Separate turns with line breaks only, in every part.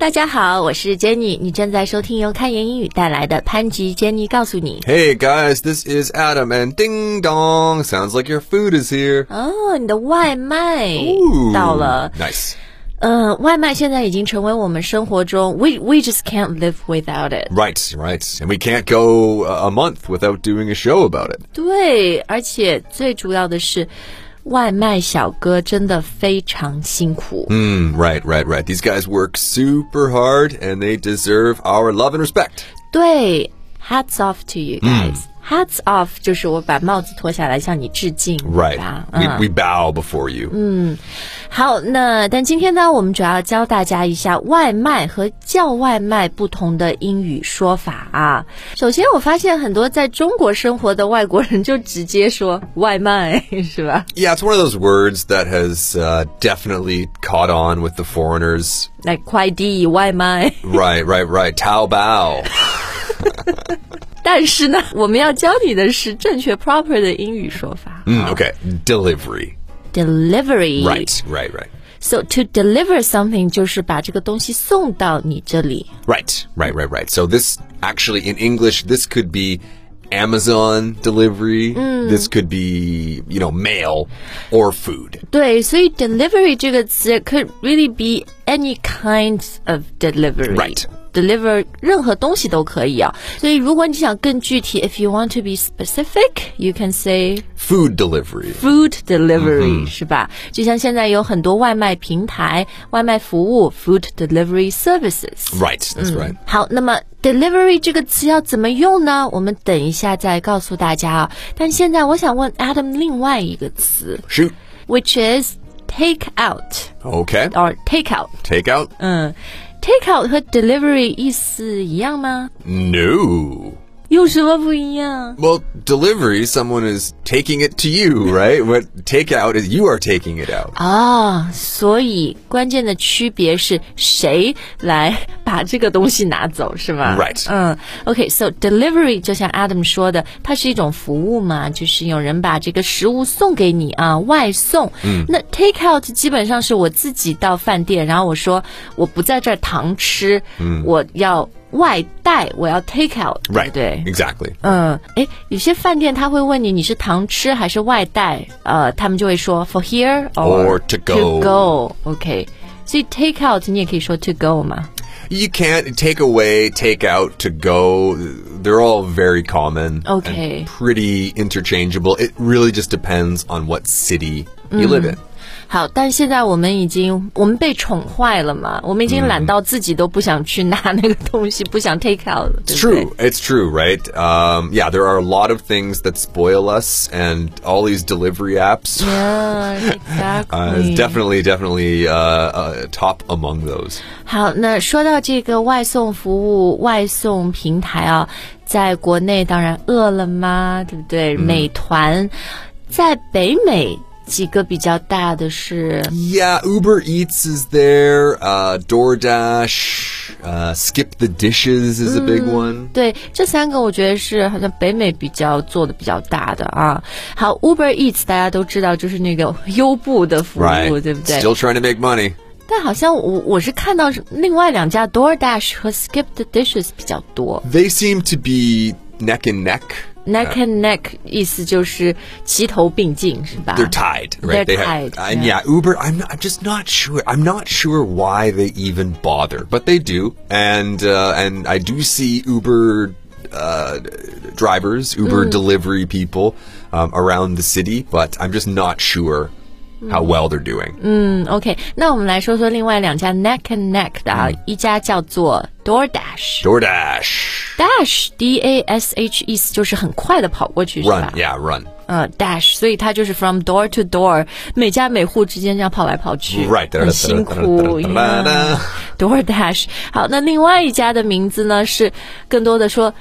大家好，我是 Jenny，你正在收听由开言英语带来的潘吉 Jenny 告诉你。
Hey guys, this is Adam, and ding dong, sounds like your food is here.
哦，你的外卖
Ooh,
到了。
Nice.
嗯，外卖现在已经成为我们生活中，we we just can't live without it。
Right, right. And we can't go uh, a month without doing a show about it.
对，而且最主要的是，外卖小哥真的非常辛苦。
Mm, right, right, right. These guys work super hard, and they deserve our love and respect.
对，hats off to you
嗯
guys、Hats off 就是我把帽子脱下来向你致敬，对
Right.
吧？嗯
We, we bow before you.
好，那但今天呢，我们主要教大家一下外卖和叫外卖不同的英语说法啊。首先，我发现很多在中国生活的外国人就直接说外卖， 是吧？
Yeah, it's one of those words that has uh, definitely caught on with the foreigners.
来快递、外卖。
Right, right, right. Tao bao.
但是呢，我们要教你的是正确 proper 的英语说法。
Mm, okay, delivery.
Delivery。
Right, right, right.
So to deliver something 就是把这个东西送到你这里。
Right, right, right, right. So this actually in English, this could be Amazon delivery. This could be, you know, mail or food.
对，所以 delivery 这个词 could really be any kinds of delivery。
Right.
Deliver 任何东西都可以啊，所以如果你想更具体，if you want to be specific, you can say
Food delivery.
food delivery，、是吧？就像现在有很多外卖平台、外卖服务 food delivery services。
Right, that's right.
好，那么 delivery 这个词要怎么用呢？我们等一下再告诉大家啊。但现在我想问 Adam 另外一个词
Shoot.
，which is take out
Okay.
or take out。
Take out?
嗯，take out 和 delivery 意思一样吗？
No.
有什么不一样？
Well, delivery, someone is taking it to you, right? What take out is you are taking it out.
啊，所以关键的区别是谁来把这个东西拿走，是吗
Right.
嗯，OK，so、delivery 就像 Adam 说的，它是一种服务嘛，就是有人把这个食物送给你啊，外送。嗯，那 take out 基本上是我自己到饭店，然后我说我不在这儿堂吃，嗯，我要外带，我要 take out，对
Right.
不对？
Exactly.
嗯，诶，有些饭店他会问你你是堂吃还是外带，呃，他们就会说 for here or,
Or to
to
go
go，OK、所以 take out 你也可以说 to go 嘛。
You can't take away, take out, to go. They're all very common. and
Okay.
pretty interchangeable. It really just depends on what city you
Mm.
live in.
好，但现在我们已经我们被宠坏了嘛，我们已经懒到自己都不想去拿那个东西，不想 take out 了，对
It's
不对
true. It's true, right? Um, yeah, there are a lot of things that spoil us, and all these delivery apps
Yeah,
uh,
exactly.
is definitely, definitely uh, uh, top among those.
好，那说到这个外送服务、外送平台啊，在国内当然饿了么，对不对？美团，在北美几个比较大的是
Yeah, Uber Eats is there. Uh, DoorDash, uh, Skip the Dishes is a
Mm.
big one.
对这三个，我觉得是好像北美比较做的比较大的啊。好，Uber Eats 大家都知道，就是那个优步的服务
Right.
对不对？
Still trying to make money.
但好像我我是看到是另外两家 DoorDash 和 Skip the Dishes 比较多。
They seem to be neck and neck.
Neck and neck 意思就是齐头并进，是吧
They're tied, right?
They're
They
tied,
have- and yeah. Uber. I'm not, I'm just not sure. I'm not sure why they even bother, but they do. And uh, and I do see Uber uh, drivers, Uber delivery people um, around the city, but I'm just not sure how well they're doing.
OK，那我们来说说另外两家 neck and neck 的啊，一家叫做 DoorDash。
DoorDash,
Dash D A S H 意思就是很快的跑过去，是
run,
吧？
yeah, run.
呃，Dash，所以它就是 from door to door，每家每户之间这样跑来跑去
Right，
很辛苦。嗯
哒哒哒哒哒哒
DoorDash，好，那另外一家的名字呢是更多的说，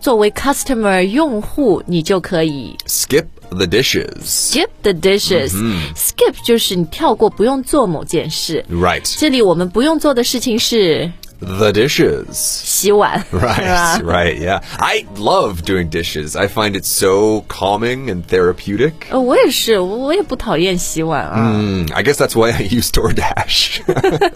作为 customer 用户，你就可以
Skip the dishes.
skip the dishes。skip
Mm-hmm.
就是你跳过，不用做某件事。
Right,
这里我们不用做的事情是
the dishes.
洗碗，是
Right,
吧？
right, yeah. I love doing dishes. I find it so calming and therapeutic.
呃，我也是，我我也不讨厌洗碗啊。
Mm, I guess that's why I use DoorDash.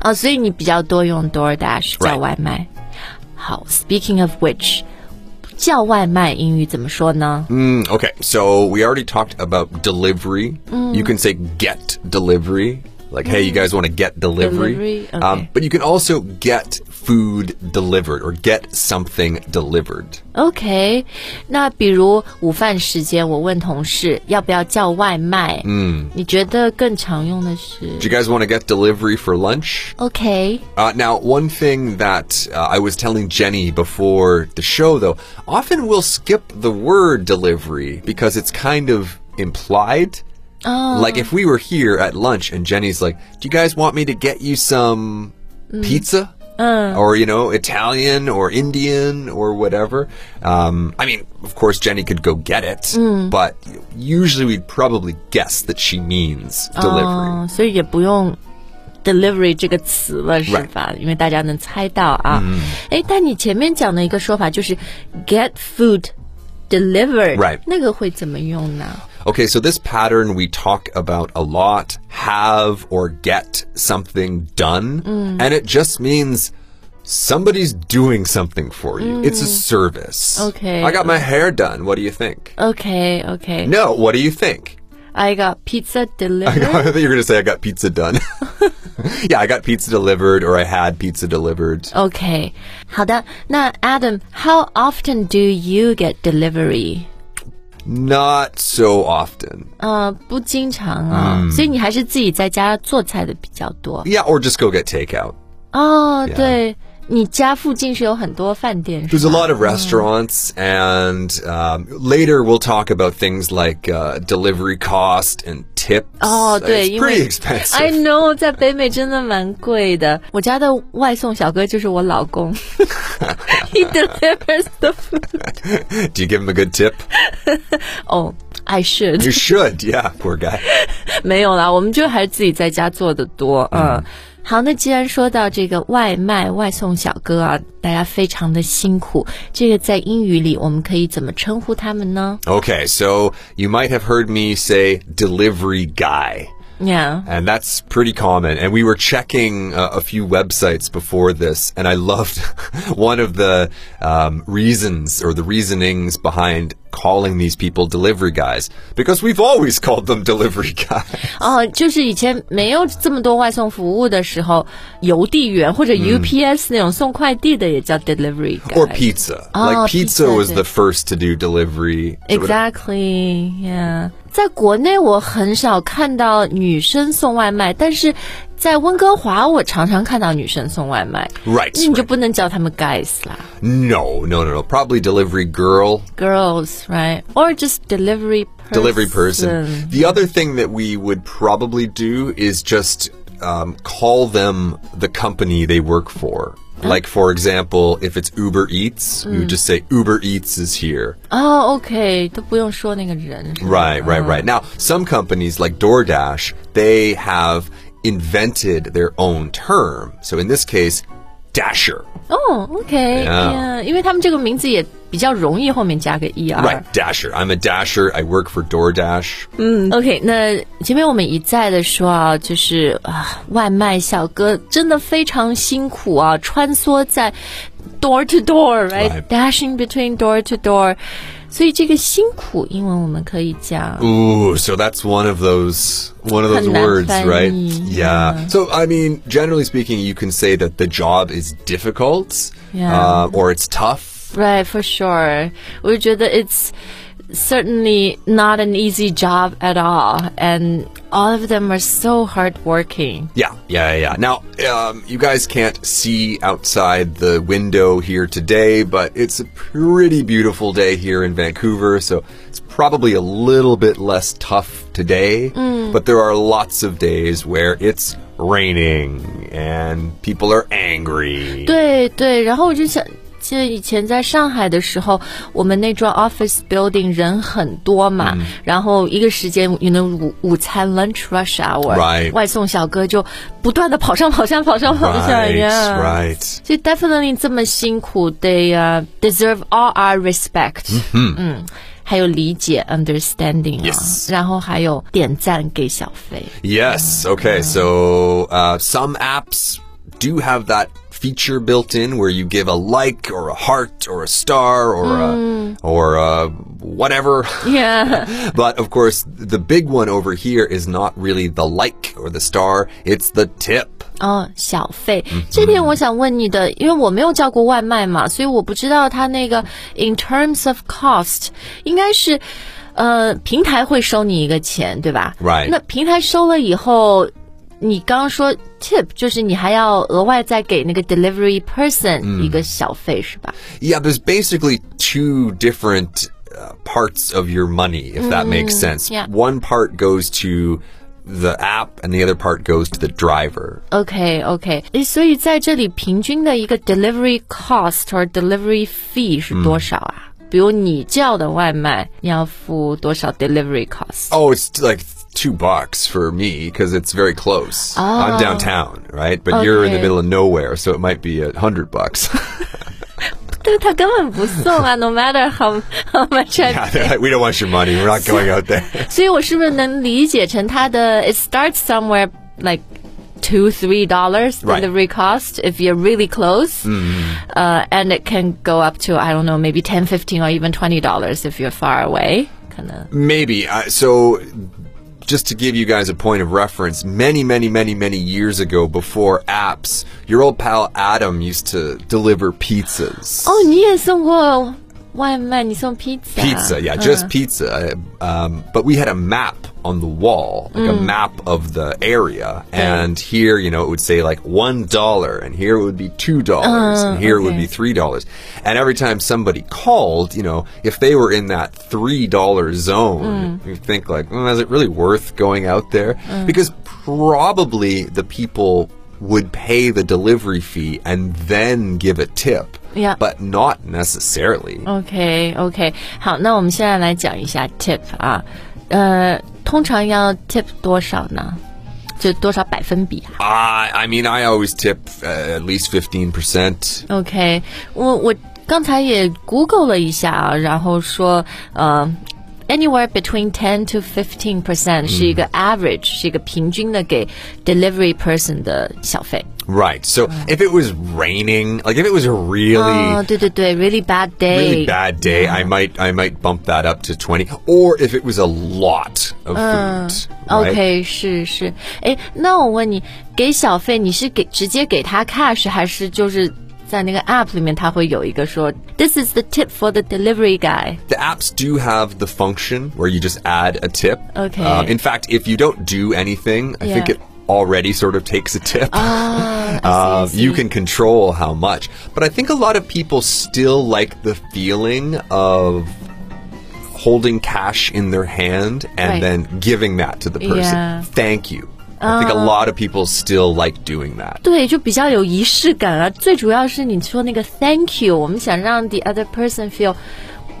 啊，所以你比较多用 DoorDash 叫
Right.
外卖。好，Speaking of which，叫外卖英语怎么说呢？
Mm, okay, so we already talked about delivery.
Mm.
You can say get delivery. Like, hey, you guys want to get delivery? Um,
Delivery, okay.
but you can also get food delivered or get something delivered.
OK，那比如午饭时间，我问同事要不要叫外卖。
Mm.
嗯，你觉得更常用的是
Do you guys want to get delivery for lunch?
OK？
Uh, now, one thing that uh, I was telling Jenny before the show, though, often we'll skip the word delivery because it's kind of implied. Like if we were here at lunch and Jenny's like, "Do you guys want me to get you some pizza?" Or you know, Italian or Indian or whatever. Um, I mean, of course, Jenny could go get it, but usually we'd probably guess that she means delivery.
嗯，所以也不用 delivery 这个词了，是吧？因为大家能猜到啊。
嗯
哎、但你前面讲的一个说法就是 get food delivered，、
Right
那个会怎么用呢？
Okay, so this pattern we talk about a lot have or get something done, and it just means somebody's doing something for you. It's a service.
Okay.
I got my hair done. What do you think?
OK OK，I、
No, what do you think?
got pizza delivered。
I thought you were going to say I got pizza done. yeah, I got pizza delivered or I had pizza delivered.
Uh. OK，好的。那 Adam，how often do you get delivery？
Not so often.
呃，不经常啊，所以你还是自己在家做菜的比较多。
嗯 Yeah, or just go get takeout.
哦，对，你家附近是有很多饭店，是
There's
吧
a lot of restaurants, and um, later we'll talk about things like uh, delivery cost and tips.
哦，对，
it's
因
pretty
为
expensive.
I know，在北美真的蛮贵的。我家的外送小哥就是我老 公，He delivers the food.
Do you give him a good tip?
Oh, I should.
You should. Yeah, poor guy.
没有啦，我们就还是自己在家做的多。嗯，好，那既然说到这个外卖外送小哥啊，大家非常的辛苦，这个在英语里我们可以怎么称呼他们呢
Okay, so you might have heard me say delivery guy.
？Yeah，
And that's pretty common. And we were checking uh, a few websites before this, and I loved one of the um, reasons or the reasonings behind calling these people delivery guys because we've always called them delivery guys.
哦，就是以前没有这么多外送服务的时候，邮递员或者
嗯
UPS 那种送快递的也叫 delivery guy。
Or pizza.
Oh,
like pizza,
pizza,
was
yeah.
the first to do delivery. So it-
Exactly, yeah。在国内我很少看到女生送外卖，但是在温哥华我常常看到女生送外卖。
Right,
那你就
right.
不能叫他们 guys 啦
No, no, no, no. Probably delivery girl.
，girls right or just delivery person.
delivery person. The other thing that we would probably do is just um, call them the company they work for. Like, for example, if it's Uber Eats, we would just say Uber Eats is here.
哦、o k 都不用说那个人。是吧
Right, right, right. Now, some companies like DoorDash, they have invented their own term. So in this case, Dasher.
哦、o k
Yeah.
yeah，因为他们这个名字也比较容易后面加个 er。
Right, Dasher. I'm a Dasher. I work for DoorDash.
OK，那前面我们一再的说啊，就是啊，外卖小哥真的非常辛苦啊，穿梭在 door to
Right.
door，right，dashing between door to door，所以这个辛苦英文我们可以讲
Ooh, so that's one of those one of those
Handan
words,
Fanyi,
right?
yeah.
Yeah. So I mean, generally speaking, you can say that the job is difficult,
Yeah.
uh, or it's tough.
Right, for sure. 我就觉得 it's certainly not an easy job at all, and all of them are so hardworking.
Yeah, yeah, yeah. yeah. Now, um, you guys can't see outside the window here today, but it's a pretty beautiful day here in Vancouver, so it's probably a little bit less tough today. But there are lots of days where it's raining and people are angry.
对对，然后我就想。记得以前在上海的时候，我们那幢 office building 人很多嘛，
嗯
然后一个时间，你能午午餐 lunch rush hour，、
Right
外送小哥就不断的跑上跑下跑上跑下
Right,
呀。
right.
所以 definitely 这么辛苦，they、uh, deserve all our respect。嗯还有理解 understanding 啊
Yes
然后还有点赞给小费。
Yes. Okay. So uh, some apps do have that feature built in where you give a like or a heart or a star or a, or a whatever.
Yeah.
But of course, the big one over here is not really the like or the star, it's the tip.
哦，小费这点我想问你的，因为我没有叫过外卖嘛，所以我不知道它那个 in terms of cost 应该是，呃，平台会收你一个钱，对吧
Right
那平台收了以后，你刚刚说 tip 就是你还要额外再给那个 delivery person 一个小费、是吧？
Yeah, there's basically two different uh, parts of your money, if that makes sense.
yeah.
One part goes to the app and the other part goes to the driver.
OK OK，诶所以在这里平均的一个 delivery cost or delivery fee 是多少啊？比如你叫的外卖，你要付多少 delivery cost？
Oh, it's like two bucks for me because it's very close. I'm downtown, right? But you're in the
Okay.
middle of nowhere, so it might be a hundred bucks.
但他根本不送啊，no matter how how much I
Yeah, they're like, we don't want your money. We're not going out there.
所以我是不是能理解成它的 it starts somewhere like two three dollars
Right. Mm-hmm。
delivery cost if you're really close, uh, and it can go up to I don't know maybe ten fifteen or even twenty dollars if you're far away. 可能
Maybe. Uh, so, just to give you guys a point of reference, many, many, many, many years ago, before apps, your old pal Adam used to deliver pizzas.
哦，你也送过外卖，你送 pizza。Uh-huh.
Pizza, yeah, just pizza. Uh, Um, but we had a map on the wall, like
Mm.
a map of the area. And here, you know, it would say like $1, and here it would be $2,
Uh-huh,
and here it would be $3. And every time somebody called, you know, if they were in that $3 zone, you think like, mm, is it really worth going out there?
Uh-huh.
Because probably the people would pay the delivery fee and then give a tip.
Yeah.
But not necessarily.
OK OK，好，那我们现在来讲一下 tip 啊，呃，通常要 tip 多少呢？就多少百分比啊
I I mean, I always tip uh, at least 15%.
？OK，我我刚才也 Google 了一下啊，然后说呃。Anywhere between ten to fifteen
嗯
percent 是一个 average，、是一个平均的给 delivery person 的小费。
Right. So if it was raining, like if it was a really
哦，对对对，really bad day，
really bad day, I might I might bump that up to 20 or if it was a lot of food. right?
OK，是是，哎，那我问你，给小费你是给直接给他 cash，还是就是在那个 app 里面他会有一个说 This is the tip for the delivery guy？
The apps do have the function where you just add a tip.
Okay.
Um, in fact, if you don't do anything, I think
Yeah. Ah,
it already sort of takes a tip.
啊，
Uh,
啊，
you can control how much. But I think a lot of people still like the feeling of holding cash in their hand and
Right.
then giving that to the person.
Yeah. Ah.
Thank you. I think a lot of people still like doing that.
对，就比较有仪式感啊。最主要是你说那个 Thank you，我们想让 the other person feel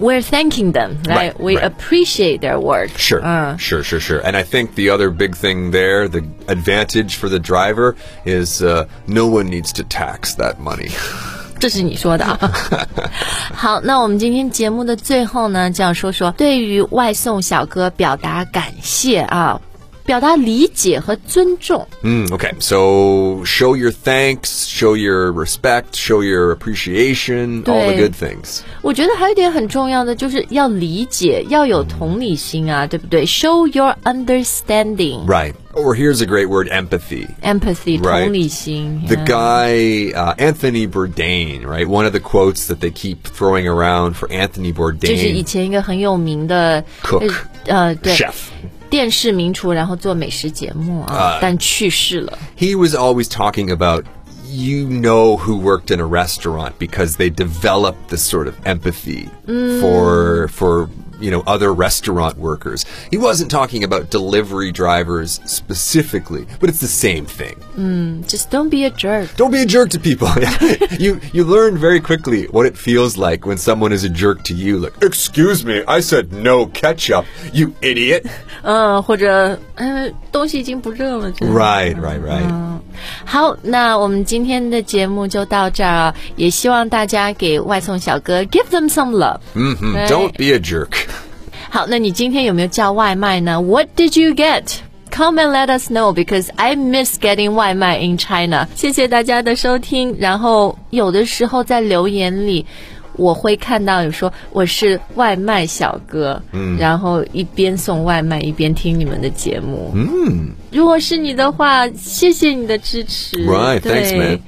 we're thanking them，right？
Right,
We
right.
appreciate their work。
Sure,
嗯。
sure, sure, sure. And I think the other big thing there, the advantage for the driver is uh, no one needs to tax that money.
这是你说的 啊。好，那我们今天节目的最后呢，就要说说对于外送小哥表达感谢啊，表达理解和尊重。
Mm, okay, so show your thanks, show your respect, show your appreciation, all the
Right.
good things.
我觉得还有一点很重要的，就是要理解，要有同理心啊，对不对？Show your understanding,
Right. Or here's a great word empathy.
empathy，
Right.
同理心。嗯
The
yeah.
guy, uh, Anthony Bourdain, right? One of the quotes that they keep throwing around for Anthony
就是以
Bourdain,
前一个很有名的
Cook
呃呃，对
chef.
电视名厨，然后做美食节目啊但去世了。
He was always talking about you know who worked in a restaurant because they developed this sort of empathy for for you know other restaurant workers. He wasn't talking about delivery drivers specifically, but it's the same thing.
Just don't be a jerk.
Don't be a jerk to people. you you learn very quickly what it feels like when someone is a jerk to you. Like, excuse me, I said no ketchup, you idiot.
嗯，或者嗯，东西已经不热了。真的
Right, right, right.
嗯，好，那我们今天的节目就到这儿啊，也希望大家给外送小哥 give them some love。哎
hmm
Oh. Right.
Don't be a jerk.
好，那你今天有没有叫外卖呢？What did you get? Come and let us know because I miss getting 外卖 in China。谢谢大家的收听。然后有的时候在留言里，我会看到有说我是外卖小哥，嗯，然后一边送外卖一边听你们的节目，嗯。如果是你的话，谢谢你的支持。
Right, thanks,
对
man.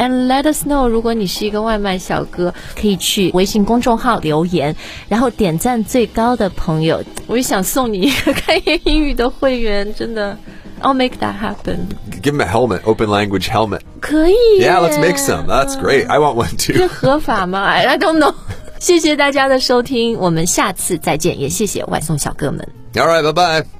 And let us know，如果你是一个外卖小哥，可以去微信公众号留言，然后点赞最高的朋友，我也想送你一个 开言英语的会员，真的，I'll make that happen。
Give him a helmet, open language helmet.
可以
Yeah, let's make some. That's great. I want one
这
too.
合法吗？I I don't know。谢谢大家的收听，我们下次再见，也谢谢外送小哥们。
All right, bye bye.